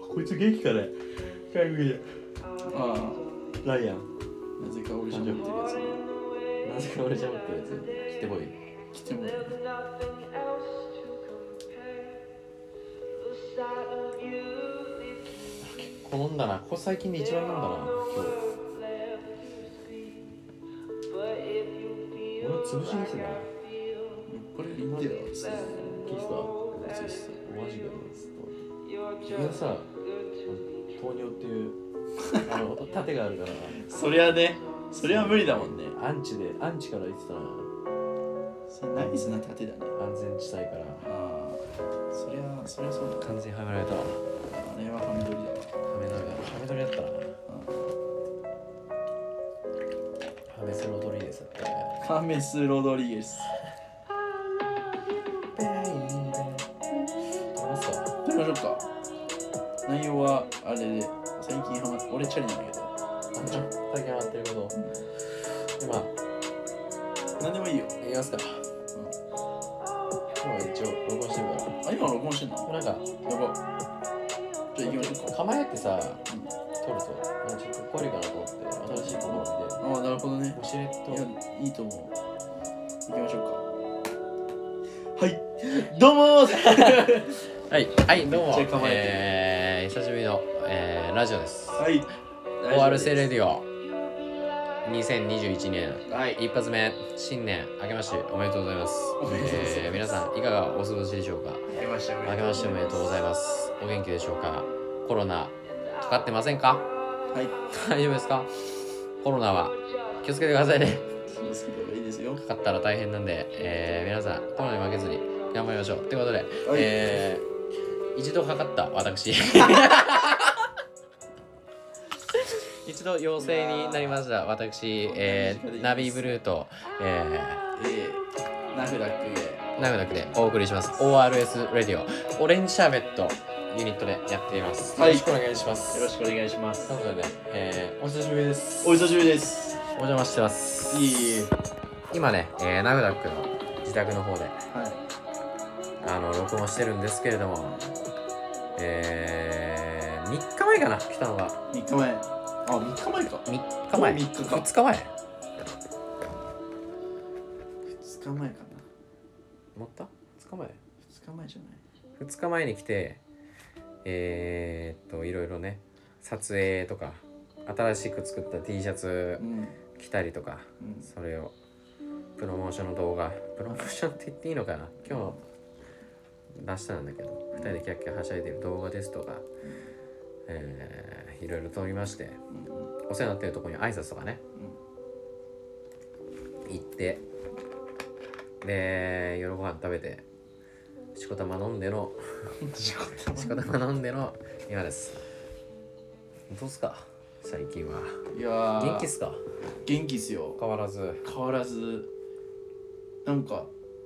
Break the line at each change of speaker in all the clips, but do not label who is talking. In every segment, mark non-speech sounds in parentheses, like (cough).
こいつ元気かね外国人
あ
ライアン
あなぜか俺喋ってるやつ
なぜか俺喋ってるやつ来てこい
来てもらう
ここ飲んだなここ最近で一番飲んだな今日俺は潰しに来てたな
これ今ではつい
聞いて
ついした
たマジかよちょっと君がさ糖尿っていうあの盾があるから
そりゃねそりゃ無理だもんね
アンチでアンチから言ってたな
それナイスな盾だね
安全地帯から
ああそりゃそりゃそうだ
完全にはめられたわは
あれはハミドリだわ
められたはめ取りだったなはめセロドリゲスだったね
カメス・ロドリゲス
ベイベさ
どうしましょうか内容はあれで最近ハマって俺チャリなんだけど
あの最近ハマってること今
何でもいいよ
いきますか、今日は一応録音してるから
あ今録音してんの
なんか
やばじゃあ行きましょうか
構えってさ、
ん
撮るとなんかちょっとかっこいいかなと思って新しい試み
ああなるほどね
でおしれっ
いや
と
いいと思う行きましょうかはいどうもー
はいはいどうも
めっちゃ構えてる
えー、久しぶりの、えー、ラジオです
はい大丈夫です
ORC レディオ2021年
はい
一発目新年明けましておめでとうございます
おめでとうございます
えー皆さんいかがお過ごしでしょうか
明けましてお
明けましておめでとうございますお元気でしょうかコロナかかってませんか (laughs)
はい
大丈夫ですかコロナは気をつけてくださいね
気をつけた方がいいですよ
かかったら大変なんで、えー皆さんコロナに負けずに頑張りましょうということで、えー一度かかった私 (laughs) 一度陽性になりました私、えーナビブルーと、え
えー、ナフラックへ
ー、ナムダクでお送りします ORS レディオオレンジシャーベットユニットでやっています、
はい
よろしくお願いします
よろしくお願いしま
と
す
いうことで、えー、お久しぶりです
お久しぶりです
お邪魔してます
いい
今ね、えー、ナムダクの自宅の方で
はい
あの録音してるんですけれどもえー、3日前かな来たのが
3日前あ3日前か
3日前
もう三日か
2日前
2日前か
乗った ?2 日前
な2日前じゃない
?2 日前に来てえー、っといろいろね撮影とか新しく作った T シャツ
うん、
着たりとか
うん、
それをプロモーションの動画プロモーションって言っていいのかな今日出したんだけど2人でキャッキャはしゃいでる動画ですとか、えー、いろいろ撮りまして
うん
お世話になってるところに挨拶とかね、行ってで夜ご飯食べてしこたま飲んで (laughs) の
仕事
しこたま飲んでの今ですどうっすか最近はい
やー
元気っすか
元気っすよ
変わらず
変わらずなんか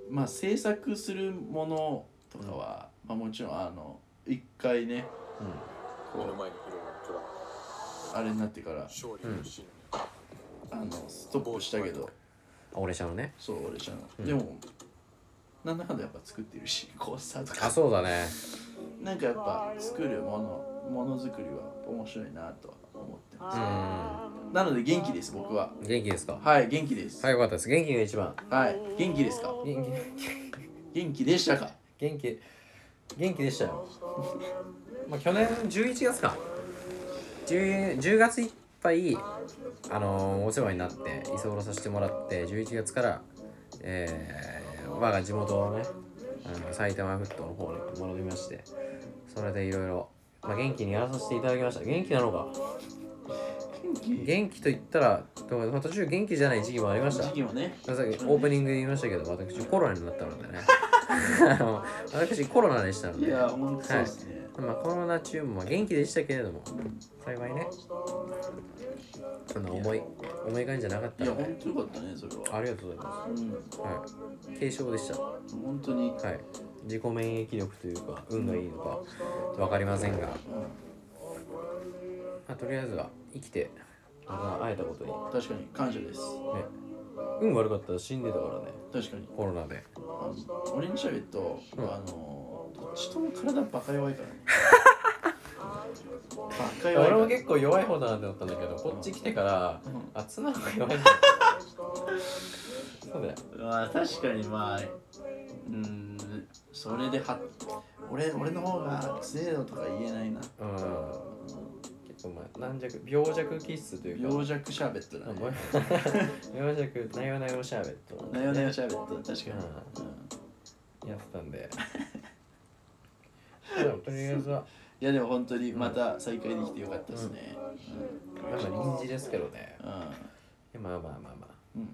まあ制作するものとかは、まあ、もちろんあの一回ね
目の前に広がる虎
あれになってから
勝利の信念
あのストップしたけど
俺社のね
そう俺じゃん、でもなんだかんだやっぱ作ってるし (laughs) コースターと
あ
か
そうだね
なんかやっぱ作るものものづくりは面白いなとは思ってます、
う
なので元気です僕は
ん元気ですか
はい元気です
はいよかったです元気が一番
はい、元気ですか
元気
元気でしたか
元気元気でしたよまあ去年11月か 10, 10月いっぱいあのーお世話になって居候させてもらって11月から、えー我が地元のねあの埼玉フットの方に戻りましてそれでいろいろまあ元気にやらさせていただきました元気なのか
元気
元気と言ったらでも途中元気じゃない時期もありました
時期もね
さっきオープニングで言いましたけど私コロナになったのでねあの私コロナでしたの
い
で
やほんとそうですね、
まあ、コロナ中も元気でしたけれども幸いねそんな重い重い感じじゃなかっ
い、
た
や
の
ほ
で
んとよかったねそれは
ありがとうございま
うん
す、はい、軽症でしたは
本当に、
い自己免疫力というか運がいいのか分かりませんが、まあ、とりあえずは生きてまた会えたことにね
確かに感謝です
運悪かったら死んでたからね
確かに
コロナで
あの俺にしゃべると、
うん
あのどっちとも体バカ弱いからねカ弱い
俺
から
も結構弱い方だなって思ったんだけどこっち来てから
うん
あツナが弱いんだそうだよ
まあ確かにまあうーんそれでは俺俺の方が強いのとか言えないな
うん結構まあ軟弱病弱気質というか
病弱シャーベットだ
あ
ね
病弱なよなよシャーベット
なよなよシャーベット確かに、うん
やってたんででもとりあえずはい
やでも本当にまた再会できてよかったですね
まあ臨時ですけどね
うんうん
まあまあまあま
うんうん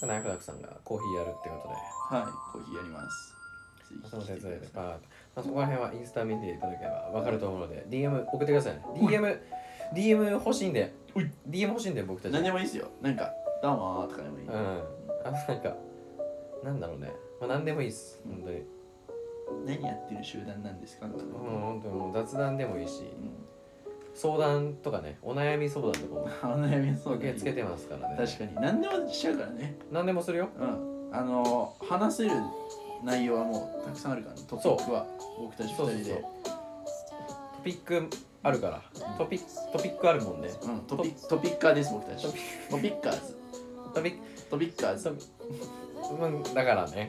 あナイフダックさんがコーヒーやるってことで
はいコーヒーやりますぜひ
その
来て
説
く
明
だ
で
さい
パーッと、まあ、そこら辺はインスタ見ていただければ分かると思うので DM 送ってくださいね DM DM 欲しいんで
おい
DM 欲しいんで僕たち
何でもいいですよなんか「どうも」とかでもいい、
うんあなんかなんだろうねまあ何でもいいっす本当に
何やってる集団なんですかとか、
うん本当にもう雑談でもいいし
うん
相談とかねお悩み相談とかも
お悩みそう
受け付けてますからね
確かに何でもしちゃうからね
何でもするよ
うんあの話せる内容はもうたくさんあるからねトピックは僕たち二
そう
人
そうそう
で
トピックあるからトピットピックあるもんね
うんトピトピッカーです僕たち
トピ
トピッカーズ
トピック
トピッカーズ
そう、うん、だから
(laughs)
ね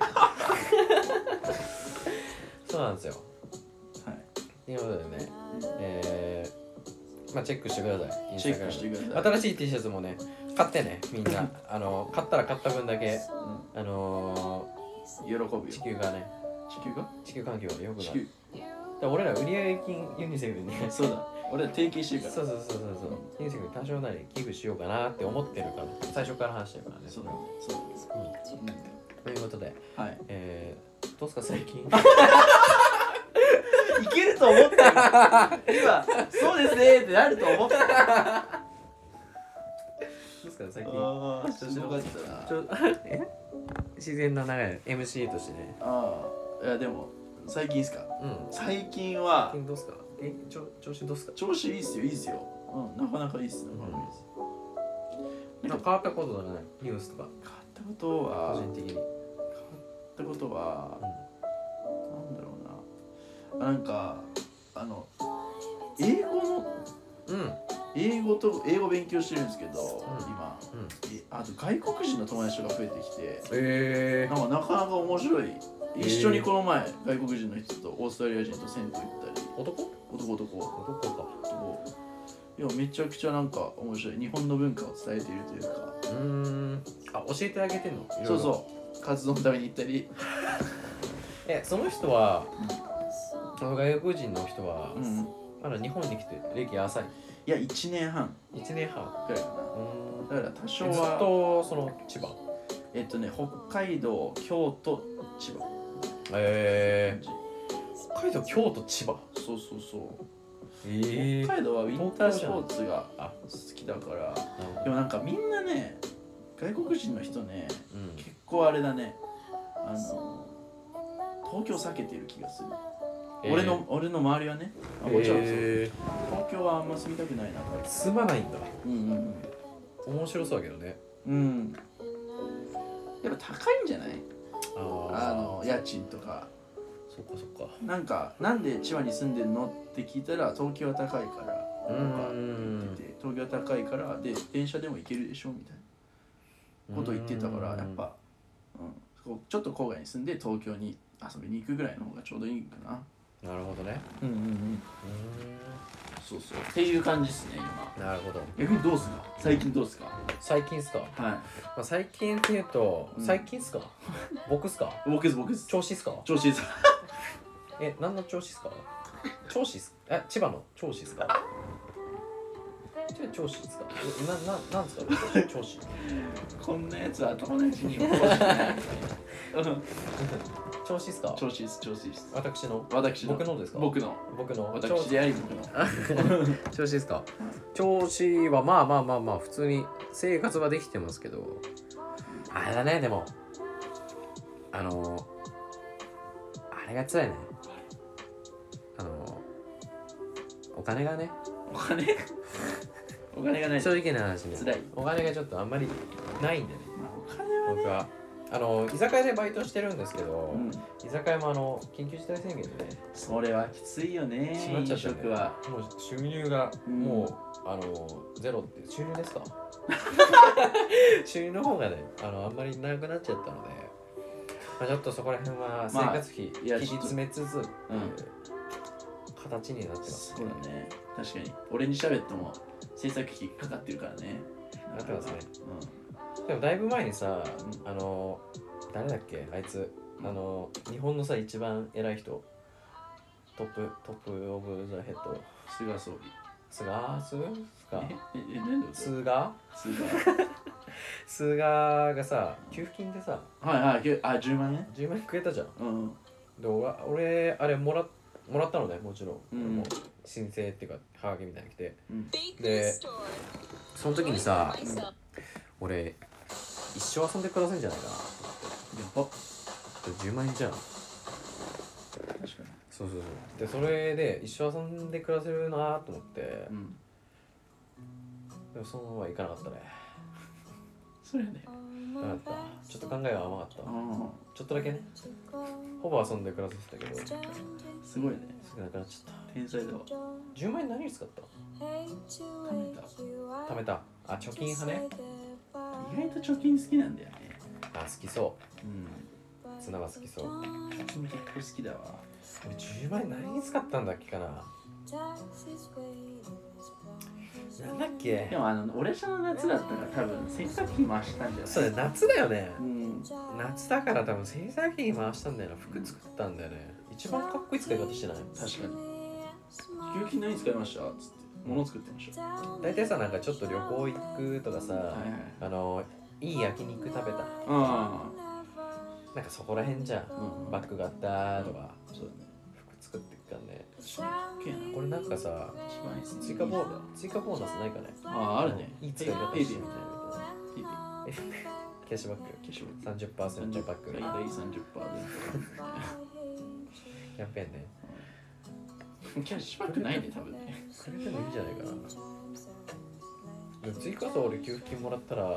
そうなんですよ
はい
ということでねえー、まあチェックしてください
チェックして
イン
くだ
ス
さい
タグラム新しい T シャツもね買ってねみん
(laughs)
なあの買ったら買った分だけ
う
あの
ん、喜ぶよ
ー、
地
地球がね
球が
地球環境が良くな
地
る
球
だから俺ら売上金ユニセフにね
そうだ俺ら提携してるから
そうそうそうそうそうユニセフに多少なり寄付しようかなって思ってるから最初から話してるからね
そうだそ
う
う
ん
だ、
ということで、
うん、はい
えー、どうすか最近
いけると思った (laughs) 今そうですねってなると思った
どうすか最近
ああすごかったな
ちょえ自然な流れ MC としてね
ああいやでも最近ですか
うん
最近は
最近どうすかえちょ調子どうすか
調子いいっすよいいっすようんなかなかいいっすなかなかいいっす
なんか変わったことだねニュースとか
変わったこと
個
は変わ
人的に、うん、
ったことはなんだろうなあなんかあの英語の
うんうん
英語と英語勉強してるんですけど、
ん
今えあと外国人の友達が増えてきて
え
なんかなかなか面白い
ー
一緒にこの前外国人の人とオーストラリア人と銭湯行ったり
男
男男
男か
いやめちゃくちゃなんか面白い日本の文化を伝えているというか
うーんあ教えてあげてんの
そう
う
そう活動のために行ったり
えその人は、その外国人の人は、
うんうん
まだ日本に来て歴浅い
いや1年半
1年半
くらいか
うーん
なだから多
ず
少
っ
は
とその千葉
えっとね北海道京都千葉
えー、北海道京都千葉
そうそうそう
え
北海道はウィンタースポーツが
あ
好きだから
なるほ
でもなんかみんなね外国人の人ね
どうん
結構あれだねあの東京避けてる気がする、俺の俺の周りはねあもちろんそう、
えー
東京はあんま住みたくないなとか
すまないんだ
うんうん
面白そうだけどね
うんうんやっぱ高いんじゃない
あ
あ
の
の家賃とか
そっかそっか
なんかなんで千葉に住んでんのって聞いたら東京は高いから
う
とか言っ
ん
てて東京は高いからで電車でも行けるでしょみたいなこと言ってたからやっぱ、うん、こうちょっと郊外に住んで東京に遊びに行くぐらいの方がちょうどいいかな
なるほどね
うんうんうん
う
そうそうっていう感じですね今
んなるほど
逆にどうすか最近どうすか
最近っすか、
は
まあ、最近っていうと、
うん
最近っすか僕っすか
い僕です僕です
調子っすか
調子いいです
え何の調子っすか調子っすえ千葉の調子っすかちょ調子っすかえなななんですか調子
こんなやつは友達にも欲しくないうん
調子っすか
調子いいです調子いいです
私の
私の
僕のですか
僕の
僕の調
私
子
であり僕の
調子ですか調子はまあまあまあまあ普通に生活はできてますけどあれだねでもあのあれが辛いねあのお金がね
お金お金がない
正直な話ね
辛い
お金がちょっとあんまりないんでね
まあお金は
僕はあの居酒屋でバイトしてるんですけ
う
ど、
ん、
居酒屋もあの緊急事態宣言でね
それはきついよね
閉まっちゃ
飲
ったね
食は
もう収入が
うん
もう、あのゼロって収入
(laughs)
ですか収入の方がねあのあんまりなくなっちゃったので、まあ、ちょっとそこら辺は生活費
いや
切り詰めつつ、
うん
形になってます
そうだね確かに俺に喋っても制作費かかってるからね
なってますね
う
でもだいぶ前にさ
う
あの誰だっけあいつあの日本のさ一番偉い人トップトップオブザヘッド
ん菅総理
菅す菅
えええなんだよ菅
菅
菅
菅がさ給付金でさ
はいはいきゅあ10万円
10万円くれたじゃん
うん
で俺俺あれもらもらったのねもちろん、
うん
もう申請っていうかハガキみたいに来て
で
その
その
時
時
に
に
さ
さ、
俺一生遊んで暮らせんじゃないかな
やば
と思って10万円じゃん
確かに
そうそうそうでそれで一生遊んで暮らせるなと思って
うん
でもそのままいかなかったね
それね
なかったちょっと考えは甘かったわ
あ
ちょっとだけねほぼ遊んで暮らせてたけどす
あすごいね
ぐなくなっちゃった
天才だわ
10万円何に使っ
貯めた
た貯めたあ貯金派ね
意外と貯金好きなんだよね
あ好きそ
うん
う綱は好きそう
貯金結構好きだわ
俺10万円何に使ったんだっけかななんだっけ
でもあの俺社の夏だったら多分洗濯費回したんじゃない
そうだよ夏だよね
うん
夏だから多分制作費回したんだよな服作ったんだよね一番かっこいい使い方してない
確かに給金何使いましたつって物作ってました
大体さなんかちょっと旅行行くとかさ、
はいはい
あのいい焼肉食べた
あ
なんかそこら辺じゃん
あうん
バッグがあったとか
そうだね
服作ってくからね
オッケーな
これなんかさ
一番いいっすね
追加ボーナス追加ボーナスないかね
あああるね
いい使い方
ペイ
し
ペ
てみ
イみ
たいな
ペイペイ
キャッシュバック
化粧品
30%バック
大体30%
キャンペーンね
でキャッシュバックないね多分ね
それでもいいんじゃないかなでも追加さ俺給付金もらったら、
ん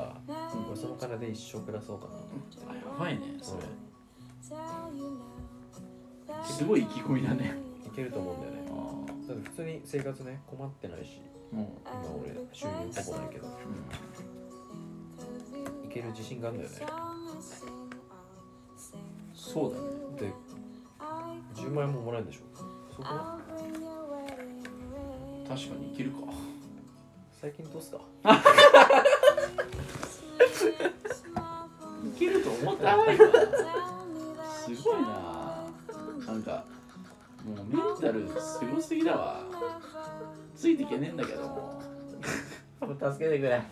俺その金で一生暮らそうかな
あやばいねそれ
う
すごい意気込みだね
んいけると思うんだよ
あ
ね
も
だって普通に生活ね困ってないし
う
今俺収入ほぼないけどいける自信があるんだよね
そうだね
で10万円ももらえるんでしょそこは
確かにいけるか
最近どうっすか
いけると思ってないわすごいななんかもうメンタルすごすぎだわついていけねえんだけども
助けてくれ (laughs)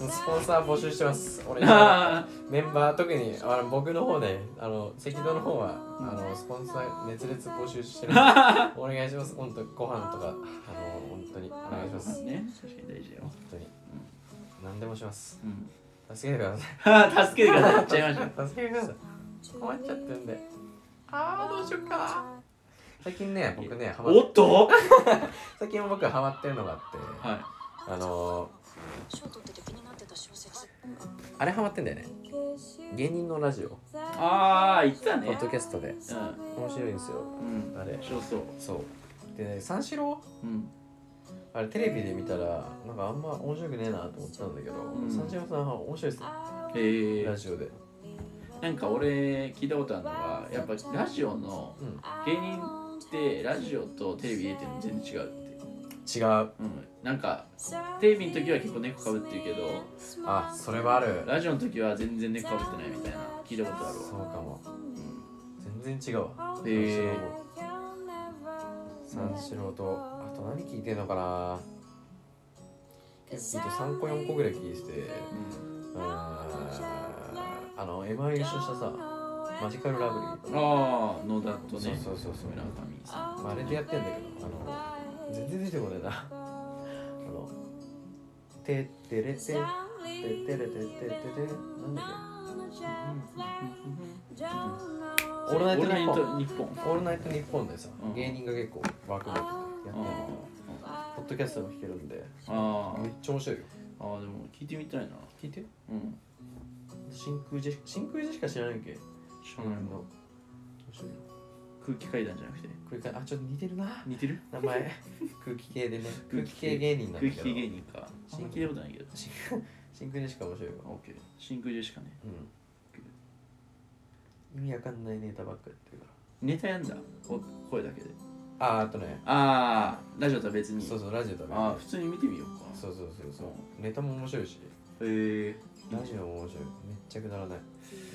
スポンサー募集してます俺 (laughs)
あ
メンバー特にあの僕の方ねあの赤道の方はあのスポンサー熱烈募集して (laughs) るんでお願いします本当ご飯とかあの本当にお願いします
ね確かに大事だよ、
本当に何でもします
うん、
助けてください
あ助けてください言っちゃいま
(laughs)
した
助けてください困っちゃってるんでああどうしようか最近ね僕ねハマ
おっと
最近僕ハマってるのがあって、
はい
あのー、あれハマってんだよね芸人のラジオ
ああ言ってた
ポ
ね
ッドキャストで
う
面白いんですよ
んうん
あれ
面白そう
そうで、ね、三四郎
うん
あれテレビで見たらなんかあんま面白くねえなと思ってたんだけど、
うん
三四郎さんは面白いですね
え
ラ
ー、
ジオで
なんか俺聞いたことあるのがやっぱラジオの
うん
芸人ってラジオとテレビ出てるの全然違うって
違う
うん、なんかテレビの時は結構猫かぶってるけど
あそれはある
ラジオの時は全然猫かぶってないみたいな聞いたことある
そうか
わ
も全然違うわ
へえ
三四郎とあと何聞いてんのかな結構3個4個ぐらい聞いてて
うん
あーあの M−1 優勝したさマジカルラブリー
ああ野田と
そ
ね
うそうそうそう
村上さ
まああれでやってんだけどあの全然出てこないなあの「てってれててってれてってってて」なんだっけ「オールナ
ん
イトニッポン」
と日本
「オールナイトニッポン」でさ
うん
芸人が結構ワークでやってるの
あ
ポッドキャストも聞けるんで
ーあー
めっちゃ面白いよ
あーでも聞いてみたいな
聞いて
うん
真空ジェシカ真空ジェシカ知らないっけ
知らないの空気階段じゃなくて
これかあちょっと似てるな
似てる
名
(laughs)
前空気系でね
空気
空気
系
系芸人なんだけ
空
ど
気系芸人かあんま聞いたことないけど
真空真空ジェシカ面白いわ
オッケー真空ジェシカね
うん意味わかんないネタばっかりやってるか
ネタやんだお声だけで
らあああとね
ああラジオとは別に
そうそうラジオだね
ああ普通に見てみようか
そうそうそうそうネタも面白いし
へえ
ラジオも面白いめっちゃくだらない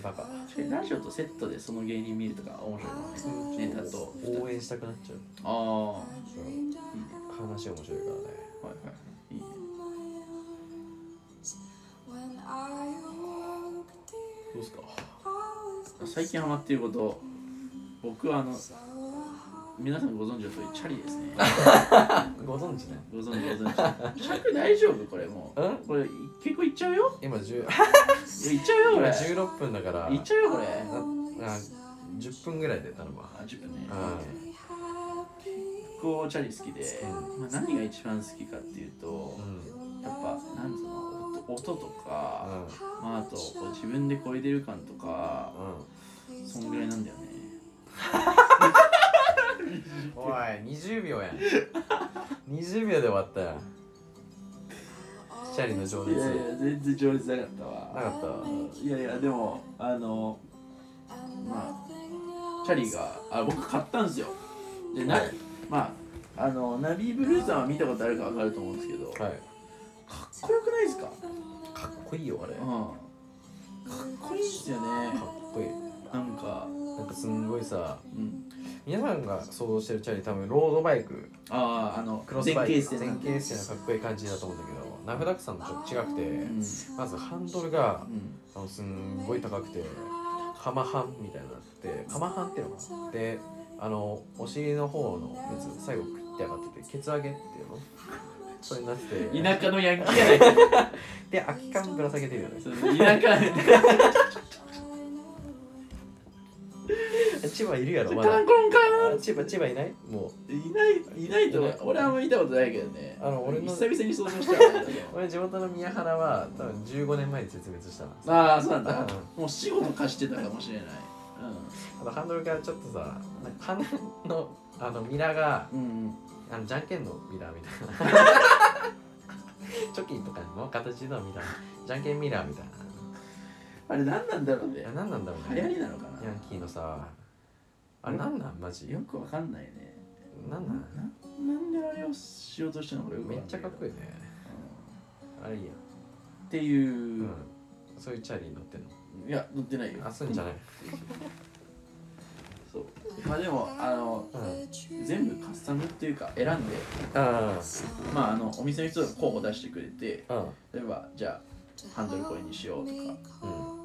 バカ
確かにラジオとセットでその芸人見るとか面白いかもねネタと
応援したくなっちゃう
ああは
話面白いからね
いはいいいね
When I awoke, dear,
どうっすか
all is
最近ハマっていること僕はあの
so hard.
皆さんご存知の通りチャリです
(laughs)
ね
ご存知ない
ご存知ご存知尺大丈夫これも
うん
うこれ結構いっちゃうよ
今10
いやいっちゃうよこ
今
れ
16分だから
いっちゃうよこれ
ああ10分ぐらいで頼むわ
あ自分ね
うん
こうチャリ好きで、まあ、何が一番好きかっていうと
うん
やっぱなんつうの音音と
う
か、
ん
まあ、あとこう自分でこいでる感とか
うん
そんぐらいなんだよね
おい20秒 (laughs) やん20秒で終わったよチャリの情
いやいや
熱
全然情熱なかった
な
わ
かった
いやいやでもあのまあチャリがあ僕買ったんですよでな、
はい
まああのナビーブルーさんは見たことあるかわかると思うんですけど、かっ
はい
こよくないですか
かっこいいよあれ
う
か
んかっこいいっすよね
っこいい
なんか
なんかすんごいさ
うん
皆さんが想像してるチャリ多分ロードバイク
あああの
クロス
前
バ
傾
イ
姿
ク
勢
前
なんだ
傾姿勢のかっこいい感じだと思うんだけどナフダックさんとちょっと違くてまずハンドルが
うん、うん
あのすんごい高くてハマハンみたいになってハマハンっていうのかなであのお尻の方のやつ最後クッて上がっててケツ上げっていうのそれになってて
田舎のヤンキーやないか
で空き缶ぶら下げてるよね
その田舎
千葉いるやろま
カ
だ
ンコロンカン
千葉千葉いないも
いないいないと思う俺はあんま見たことないけどね
あの俺の
久々に想像したわ
う (laughs) 俺地元の宮原は多分15年前に絶滅したな
ああそうなんだもう死後の貸してたかもしれない
あのハンドルがちょっとさなんかハンドルのあのミラーが
うん、うんうん、
あのじゃんけんのミラーみたいな (laughs) チョキとかの形のミラーじゃんけんミラーみたいな
あれ何なんだろう
い
ね
や何なんだろう
流行
ね
りなのかな
ヤンキーのさあれ何なんマジ
よくわかんないね
何なん
ななんであれをしようとしたのかよく
め
わか
っ
んない
ちゃかっこいい
け
ね
ど
あれいいや
うんっていう、
うんそういうチャリ乗ってんの
いや乗ってないよ
あそういうんじゃない
そうまあでもあの
うん
全部カスタムっていうか選んで
あ
まああのお店の人が候補出してくれて
あ
例えばじゃあハンドルこれにしようとか、
うん
えー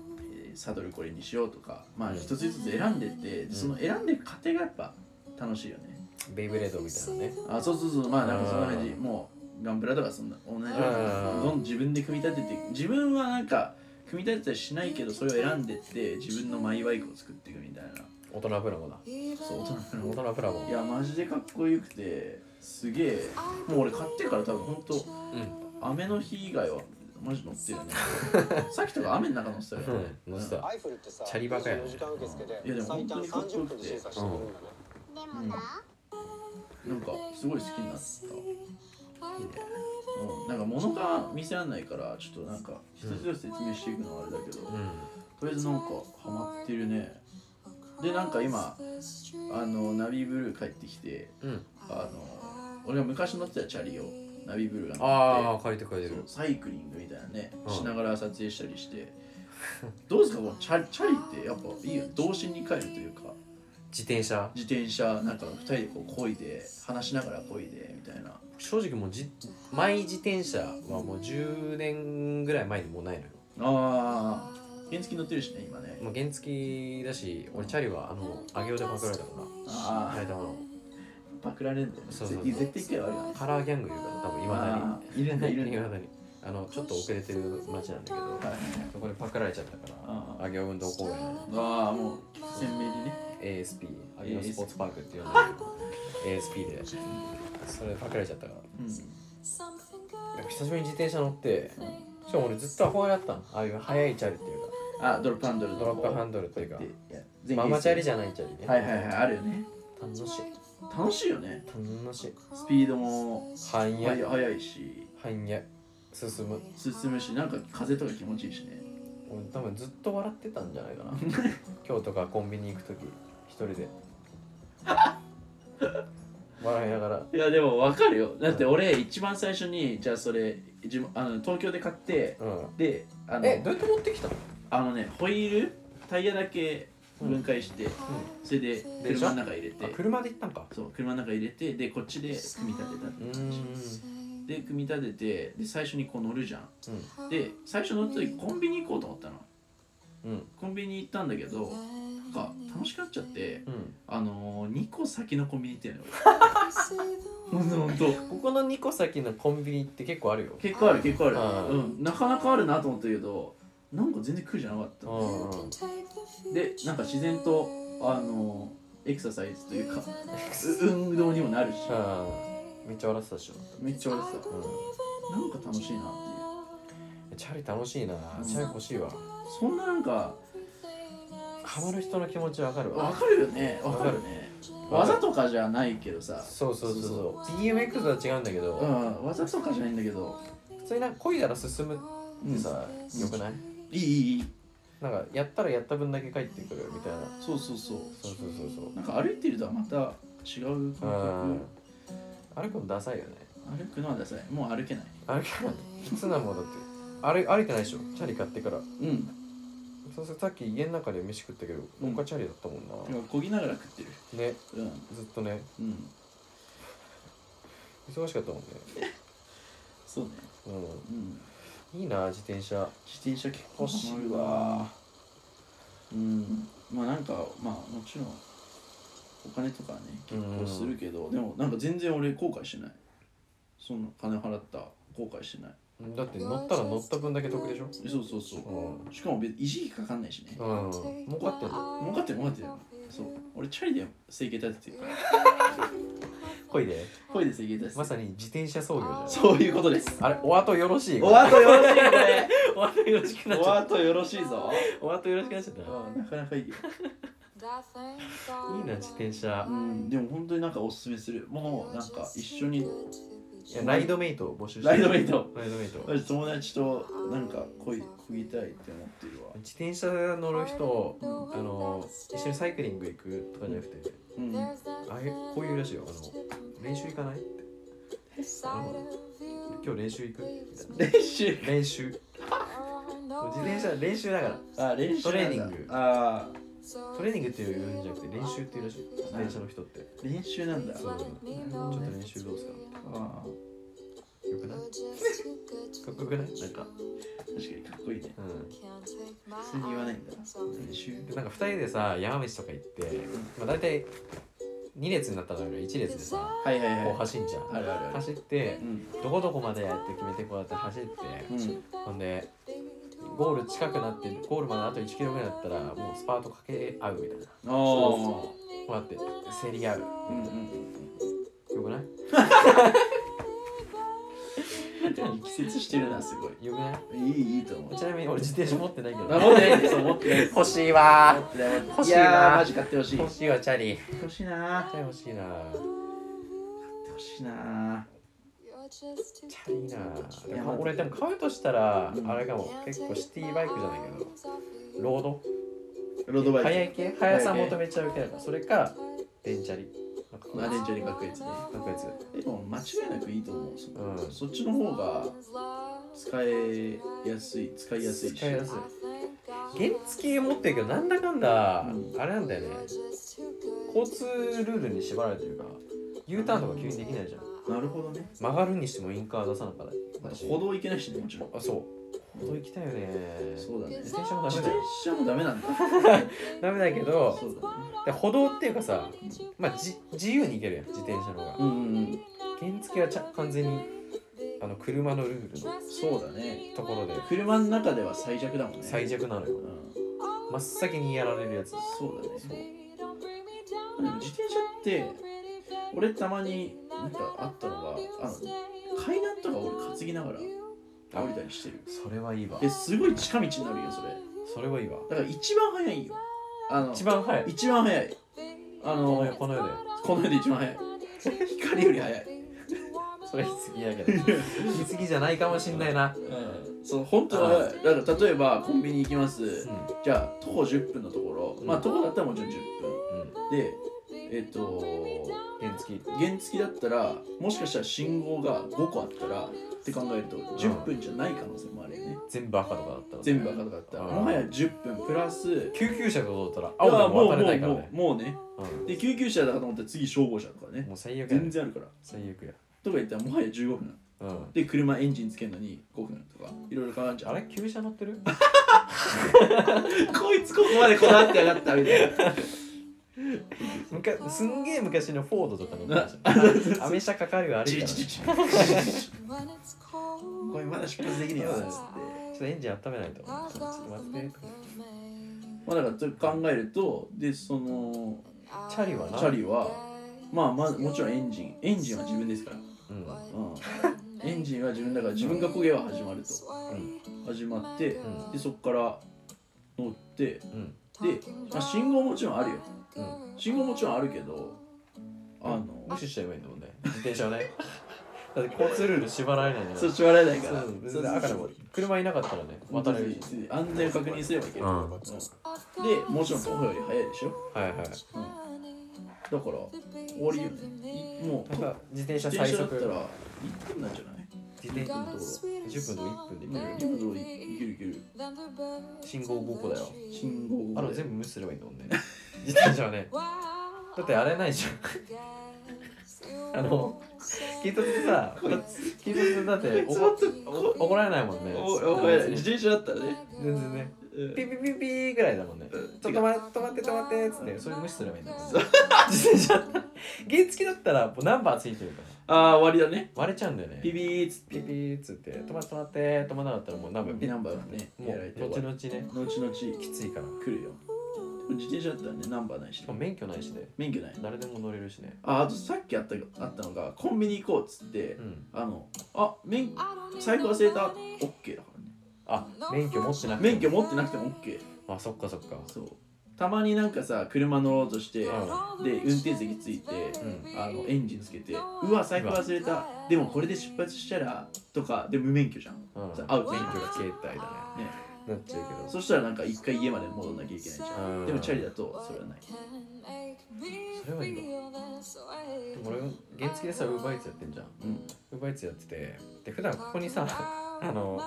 サドルこれにしようとかまあ一つ一つ選んでって、その選んでいく過程がやっぱ楽しいよね
ベイブレードみたいなね
あそうそうそうまあなんかそんな感じ
う
もうガンブラとかそんな同じような
うん
どんどん自分で組み立てて自分はなんか組み立てたりしないけどそれを選んでって自分のマイバイクを作っていくみたいな
大人プラモだ
そう大人の
大人プラモ
いやマジでかっこよくてすげえもう俺買ってから多分ほんと
うん
雨の日以外はマジ乗ってるねさっきとか雨の中乗ってたよね
うん乗ってた
アイフルってさ
チャリバカやね
24時間受付
いやで
で
も
最短
本当にかっこ
30
よ
分
く
で
て
審査してくれるんだね
なんかすごい好きになったいいねうん、なんか物が見せられないからちょっとなんか一つ一つ説明していくのはあれだけど、
うん
とりあえずなんかハマってるねでなんか今あのナビブルー帰ってきて
うん
あの俺が昔乗ってたチャリをナビブルーが乗
あ
っ
あ借りて借り
てそ
て
う
る
サイクリングみたいなね
うん
しながら撮影したりしてどうですかこのチャチャリってやっぱいいよね童心に帰るというか
自転車
自転車なんか2人でこう漕いで話しながら漕いでみたいな
正直もうじマイ自転車はもう10年ぐらい前にもうないのよ
ああ原付乗ってるしね今ね
もう原付だし俺チャリはあの上げようでパクられたから
あ
埼玉の
あパクられんだよね
そうそうそう
絶対一回はあるよね
カラーギャングいるから多分いまだ
あーいるんだいる
に
ん
い
だ
まだにあのちょっと遅れてる街なんだけど
はい
そこでパクられちゃったか
あー
ら上げよう運動公園
ああもう鮮明にね
ASP 上げようスポーツパークっていうの ASP でそれでパクられちゃったから
うん
久しぶりに自転車乗ってしかも俺ずっと憧れだったのああいう速いチャリっていうか
あドロップハンドル
ドロップハンドルっていうか
か
ママチャリじ
ゃ
ゃないチャリね、
はいはいはいあるよね
楽しい
楽しいよね
楽しい
スピードも
半
速い
夜
速いし
半夜進む
進むしなんか風とか気持ちいいし
(laughs)
ね
俺多分ずっと笑ってたんじゃないかな今日とかコンビニ行く時一人 (laughs) で笑いながら
いやでもわかるよだって俺一番最初にじゃあそれ自分あの東京で買って
うん
であの
えどうやって持ってきたの
あのねホイールタイヤだけ分解して、それで
でしょ
車の中入れ
あ
て
車で行ったんか
そう車の中入れてでこっちで組み立てたって
う
感
ー
じ
ん
で組み立ててで最初にこう乗るじゃん
う
で最初乗った時コンビニ行こうと思ったの
うん
コンビニ行ったんだけどなんか楽しくなっちゃって
うん
あのー、2個先のコンビニ行ってんのよほんとほ (laughs) んと
ここの2個先のコンビニって結構あるよ
結構ある結構ある
あー
うんなかなかあるなと思ったけどなんか全然苦じゃなかった
うんうん
でなんか自然とあのー、エクササイズというかう運動にもなるし
うんめっちゃ笑ってたでしょ、
めっちゃ俺さ
う、
なんか楽しいなっていうん
チャリ楽しいなチャリ欲しいわ
そんななんか
ハマる人の気持ちわかる
わ
わ
かるよねわかるね
わか
技
る
とかじゃないけどさ
そうそうそうそう BMX とは違うんだけど、
うん技とかじゃないんだけど
普通になんか漕いだら進むってさ、
うん
よくない
いいいいいい
なんかやったらやった分だけ帰ってくるみたいな
そうそうそう
そうそうそうそう
なんか歩いてるとはまた違う
う
感
ん歩くのダサいよね
覚歩くのはダサいもう歩けない
歩け (laughs) ないいつなもんだって歩い歩いてないでしょチャリ買ってから
うん
そうするとさっき家の中で飯食ったけど
うん
僕はチャリだったもんな、
なんか漕ぎながら食ってる
ね
うん
ずっとね
うん
忙しかったもんね
そうねうん
うんいいな自転車
自転車結構
欲し
乗
い
る
わ
うんまあなんかまあもちろんお金とかね結構するけど、でもなんか全然俺後悔してないその金払った後悔してない
だって乗ったら乗った分だけ得でしょ
そうそうそう、しかも別に維持費かかんないしね、
うん儲かってんだよ
儲かってる儲かってるそう俺チャリで生計立ててるから
こいで
声で生計立ててる
まさに自転車操業じゃん
そういうことです
あれお後よろしい
お後よろしいこれ
お後よろしくなっち
(laughs) お
ゃっ
後よろしいぞ
たお後よろしくなっちゃった
うんなかなかいいよ
いいな自転車
うんでも本当になんかおすすめするもうなんか一緒に
いやライドメイトを募集して
ライドメイト
ライドメイト自
私友達となんか恋こぎたいって思ってるわ
転車乗る人あの一緒にサイクリング行くとかじゃなくて
うん
あれこういうらしいよあの練習行かないってあの今日練習行くみたい
練習
な練習自転車練習だから
あ練習なんだ
トレーニング
ああ
トレーニングっていう言うんじゃなくて練習っていうらしい自転車の人って
練習なんだ
そうちょっと練習どうですか
ああ
よくないかっこよくないなんか
確かにかっこいいね
う
普通に言わないんだ
ん
練習
でなんか2人でさ山道とか行って、まあ、大体2列になったのよ1列でさ
はいはいはい
こう走んじゃん
あるあるある
走って
うん
どこどこまでやって決めてこうやって走って
うん
ほんでゴール近くなってゴールまであと1キロぐらいだったらもうスパートかけ合うみたいなこ
あ
う
あ
やって競り合う
うんうん
よくない
なんか力説してるなすごい
よくない
いいいいと思う
ちなみに俺自転車持ってないけど、
あ持ってないんですよ持ってないです
欲しいわ
持ってない持ってない
欲し
い
いな
やーマジ買ってほしい
欲しいわチャリ
欲しいな
絶対欲しいな
買ってほしいな
チャリいいないい
や
や俺でも買うとしたら、
うん
あれかも結構シティバイクじゃないけどロード
ロードバイク
速い系速さ求めちゃう系だからそれか電チャリなんか
まあ電車に書くやつね
なんかやつ
でも間違いなくいいと思うそ,、
うん
そっちの方が使えやすい使いやすいし
使いやすい原付持ってるけどなんだかんだ、
う
あれなんだよね交通ルールに縛られてるから U ターンとか急にできないじゃん
なるほどね
曲がるにしてもインカー出さなかった
あ
ら
と歩道行けないしねもちろん
あそう歩道行きたいよね
そうだね
自転車もダ
自
メだ (laughs)
転
よ
車もダメなんだ
ダメだけど
そうだね
で歩道っていうかさ、まあ、じ自由に行けるやん自転車の方が、
うんうんうん
原付はちゃ完全にあの車のルールの
そうだね
ところで
車の中では最弱だもんね
最弱なのよ
うん
真っ先にやられるやつ
そうだねでも自転車って俺たまになんかあったのがあの階段とか俺担ぎながら降りたりしてる
それはいいわ
ですごい近道になるよそれ
それはいいわ
だから一番早いよあの
一番早い
一番早いあ
この世
の
この世で
この世で一番早い光より早い、
それ言い過ぎやけど言い過ぎじゃないかもしんないな
うん、その本当は早いだから例えばコンビニ行きます、じゃあ徒歩10分のところまあ徒歩だったらもちろん10分でえっ、と
原付き
原付だったらもしかしたら信号が5個あったらって考えると10分じゃない可能性もあるよね
全部赤とかだったら
全部赤とかだったら
うん
もはや10分プラス
救急車が通ったら青でも渡れないから
いや
ね
もうもうもうもうね
うん
で救急車だと思ったら次消防車とかね
もう最悪やね
全然あるから
最悪や
とか言ったらもはや15分
うん
で車エンジンつけるのに5分とかいろいろ考えちゃ
あ
う
れ旧車乗ってる
(laughs) こいつここまでこだわってやがったみ
(laughs)
たいな
むかすんげえ昔のフォードとか乗ってたじゃんアメ車かかるよあれ
ち
から
り
ね
ちり
ち
ちり
こ
これまだ出発できねえよつって
ょっとエンジン温めないとちょっと待って
まあだからと考えるとでその
チャリは
チ
な
ャリはまあまあもちろんエンジンエンジンは自分ですから
うん
うん、エンジンは自分だから自分が焦げは始まると、始まって、でそこから乗って
うん
で、まあ、信号もちろんあるよ
うん
信号もちろんあるけどあの、
無視しちゃえばいいんだもんね自転車はね (laughs) だって交通ルール縛られないんだか
そ
ら
っち笑えないから
そう全然赤でも車いなかったらね渡
渡
れ
れ
る
る
し
安全を確認すればいける、
う
う
ん
んでもちろん徒歩より早いでしょ
はいはい
だから終わりよねいもう
なんか自転車
自
最
転車だった
速
ら
自
1分なんじゃない
転車のところ10分と1分で行
1
ける
分どいいけるいける
信号5個だよ
信号
あ
が
の全部無視すればいいんだもん (laughs) ね自転車はねだってあれないじゃんあの警察ってさ警察だ (laughs) って
ちょっと
お怒られないもんね
おおお前自転車だったらね、
全然ね
うん
ピピピピぐらいだもんね。ちょっと止ま止まって止まってっつって、それ無視すればいいんだよ。自転車 (laughs) 原付だったらもうナンバーついてるから
ああ終わりだね
割れちゃうんだよね。
ピ
ピ
ビーっつって
ピっつって止まって止まって止まらなかったらもうナンバーピ
ナンバーがね
も
やられ
う
て
後
終わ
々ね
る後々来
きついから。
るよでも自転車だったらねナンバーないし
しかも免許ないしね。
免許ない
誰でも乗れるしね。
ああとさっきあったあったのがコンビニ行こうっつって、
うん。
あのあ免財布忘れた OK だからね
あ免許持ってなくても
免許持ってなくても OK
あそっかそっか。
そうたまになんかさ車乗ろうとし
う
て、で運転席つい
う
て、あのエンジンつけてうわ財布忘れたでもこれで出発したらとかで無免許じゃん、
うん
さアウト
免
免
許が
許が
携帯だね。
ね
なっちゃうけど。
そしたらなんか一回家まで戻んなきゃいけないじゃん、
うん
でもチャリだとそれはない
それはいいわ。でも俺原付でさウーバーイーツやってんじゃん。
うん
ウーバーイーツやっててで普段ここにさ
(laughs)
あの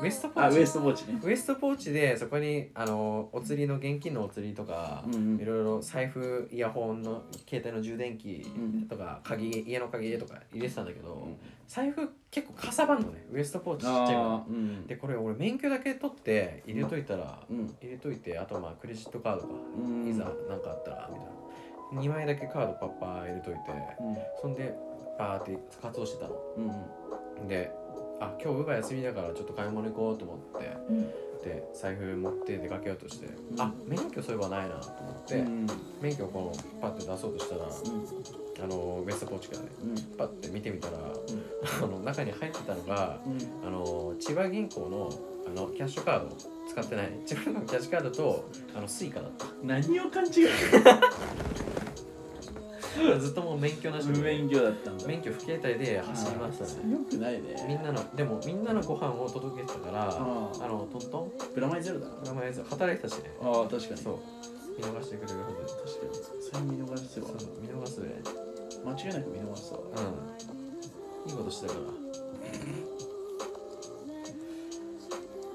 ウエストポ
あ
ー
ウ
チ
エストポーチね
ウエストポーチでそこにあのお釣りの現金のお釣りとか、
うんうん
いろいろ財布イヤホンの携帯の充電器
うん
とか鍵家の鍵とか入れてたんだけど、
ん
財布結構かさばんのねウエストポーチちっちゃい
あ
か
ーう
ら
ん
でこれ俺免許だけ取って入れといたら、
うん
入れといてあとまあクレジットカードか、
うん
いざ何かあったらみたいな2枚だけカードパッパー入れといて
うん
そんでバーって活動してたの
うん
であ今日ウーバー休みだからちょっと買い物行こうと思って、
うん
で財布持って出かけようとして、あ免許そういえばないなと思って、
うん
免許をこのパッて出そうとしたら、あのウエストポーチからね
うん
パッて見てみたら、あの中に入ってたのが
うん
あの千葉銀行のあのキャッシュカード使ってない千葉銀行のキャッシュカードとあのスイカだった
何を勘違いしてる
ずっともう免許なしで
無免許だったんだ
免許不携帯で走りましたね
よくない
み
ね
んなのでもみんなのご飯を届けてたからあ
ー
のトントン
プラマイゼロだな
名前です働いてたしね
ああ確かに
そう見逃してくれるはず
確かにそれ見逃しては
そう見逃すね
間違いなく見逃したわ
うんいいことしてたから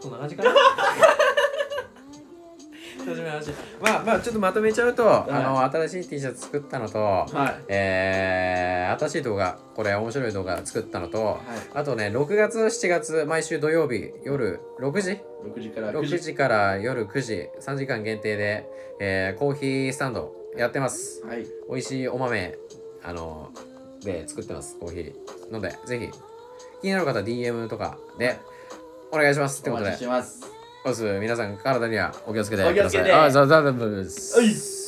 こんな感じかな真面目な話
まあまあちょっとまとめちゃうと、
い
あの新しい T シャツ作ったのと、
はい
えー新しい動画これ面白い動画作ったのと、
い
あとね6月7月毎週土曜日夜6時
6時から9
6時から夜9時3時間限定で、えーコーヒースタンドやってます
はい
美味しいお豆あので作ってますコーヒーのでぜひ気になる方は DM とかでお願いしますって
お
こと
待
で
ちしてます
おす皆さん体にはお気をつけて
お気を
く
つ
だ
けて
さいあざざざざざざ
はい